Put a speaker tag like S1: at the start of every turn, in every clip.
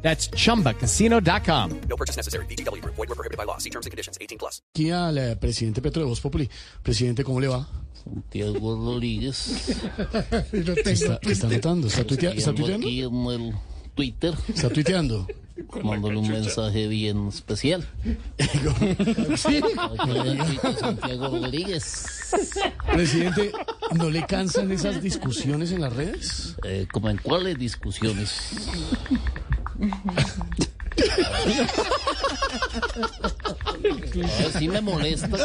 S1: That's chumbacasino.com.
S2: No purchase necessary. BGW. Void were prohibited by law. See terms and conditions. 18 plus.
S3: aquí al eh, presidente Petro de Voz Populi. Presidente, ¿cómo le va?
S4: Santiago Rodríguez.
S3: Pues Está, está anotando, está, tuitea- está
S4: Santiago
S3: tuiteando.
S4: aquí en el Twitter,
S3: Está tuiteando.
S4: mandándole un mensaje bien especial.
S3: Sí.
S4: Aquí en el Twitter, Santiago Rodríguez.
S3: Presidente, ¿no le cansan esas discusiones en las redes?
S4: Eh, como en cuáles discusiones. A ver, sí me molesta como...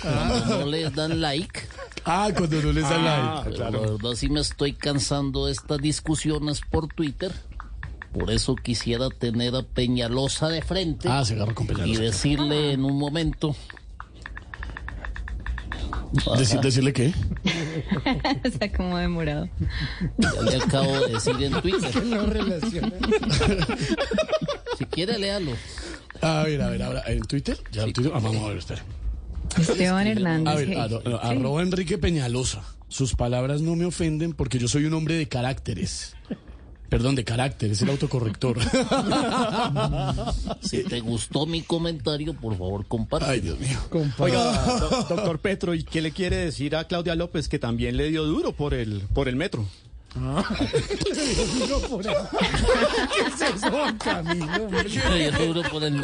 S4: Cuando no les dan like.
S3: Ah, cuando no les dan like.
S4: Pero La verdad sí me estoy cansando de estas discusiones por Twitter. Por eso quisiera tener a Peñalosa de frente
S3: Ah, se agarró con
S4: y
S3: Peñalosa.
S4: decirle en un momento,
S3: Deci- ¿Decirle qué?
S5: Está como demorado.
S4: ya le acabo de decir en Twitter, si quiere léalo.
S3: A ver, a ver, ahora, ¿en Twitter? Ya, en Twitter. Ah, vamos a ver, espera.
S5: Esteban Hernández.
S3: A ver,
S5: hey.
S3: a- no, arroba Enrique Peñalosa. Sus palabras no me ofenden porque yo soy un hombre de caracteres. Perdón, de caracteres, el autocorrector.
S4: Si te gustó mi comentario, por favor
S3: Ay,
S4: comparte.
S3: Dios mío.
S6: Oiga, do- doctor Petro, ¿y qué le quiere decir a Claudia López que también le dio duro por el por el metro?
S4: Yo juro por el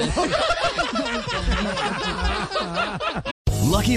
S7: Lucky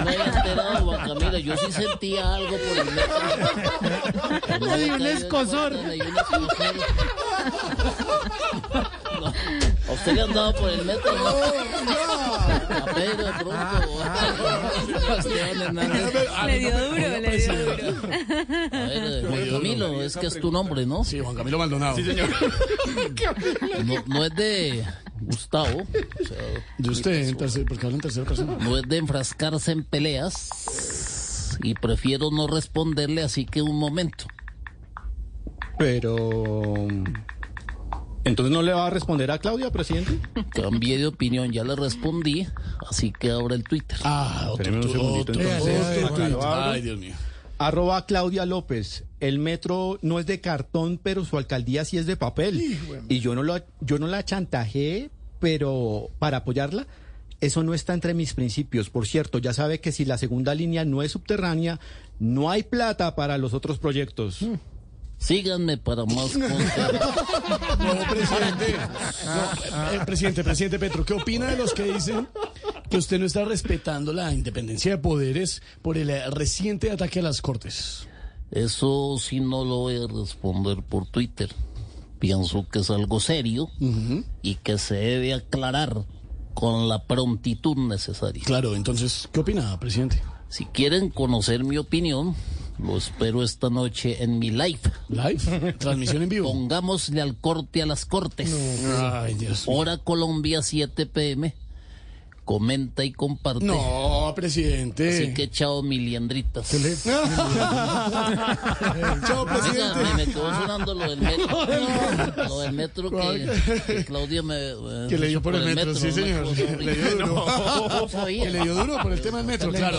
S4: Me he enterado, Juan Camilo, yo sí sentía algo por el metro. Le di un escosor. No. ¿A usted le han dado por el metro? No. A Pedro, de pronto. A Esteban Hernández.
S5: Le dio duro, le dio duro.
S4: A ver, eh, Juan Camilo, es que es tu nombre, ¿no?
S3: Sí, Juan Camilo Maldonado.
S4: No, no es de Gustavo, o sea,
S3: De usted, en tercer- porque habla en tercera persona.
S4: no es de enfrascarse en peleas y prefiero no responderle, así que un momento.
S6: Pero entonces no le va a responder a Claudia, presidente.
S4: Cambié de opinión, ya le respondí, así que ahora el Twitter.
S3: Ah, otro,
S6: Espéreme un
S3: tu-
S6: segundito,
S3: otro-
S6: entonces,
S3: otro
S6: acá
S3: tuit.
S6: lo abro.
S3: Ay, Dios mío.
S6: Arroba Claudia López. El metro no es de cartón, pero su alcaldía sí es de papel. Y yo no lo yo no la chantajeé, pero para apoyarla. Eso no está entre mis principios. Por cierto, ya sabe que si la segunda línea no es subterránea, no hay plata para los otros proyectos.
S4: Síganme para más cosas.
S3: No, presidente. No, eh, eh, presidente, presidente Petro, ¿qué opina de los que dicen que usted no está respetando la independencia de poderes por el eh, reciente ataque a las cortes?
S4: Eso sí no lo voy a responder por Twitter. Pienso que es algo serio y que se debe aclarar con la prontitud necesaria.
S3: Claro, entonces, ¿qué opina, presidente?
S4: Si quieren conocer mi opinión, lo espero esta noche en mi live.
S3: ¿Live? ¿Transmisión en vivo?
S4: Pongámosle al corte a las cortes.
S3: Ay, Dios. mío.
S4: Hora Colombia 7 pm. Comenta y comparte.
S3: No, presidente.
S4: Así que chao, mi liendritas.
S3: Chao,
S4: Oiga,
S3: presidente.
S4: me, me quedó sonando lo del metro. lo del metro que, que Claudia me. eh,
S3: Que le dio por el metro, sí,
S4: no me
S3: señor.
S4: acordó ahorita.
S3: Le dio duro.
S4: No sabía.
S3: Que le dio duro por el tema del metro, claro.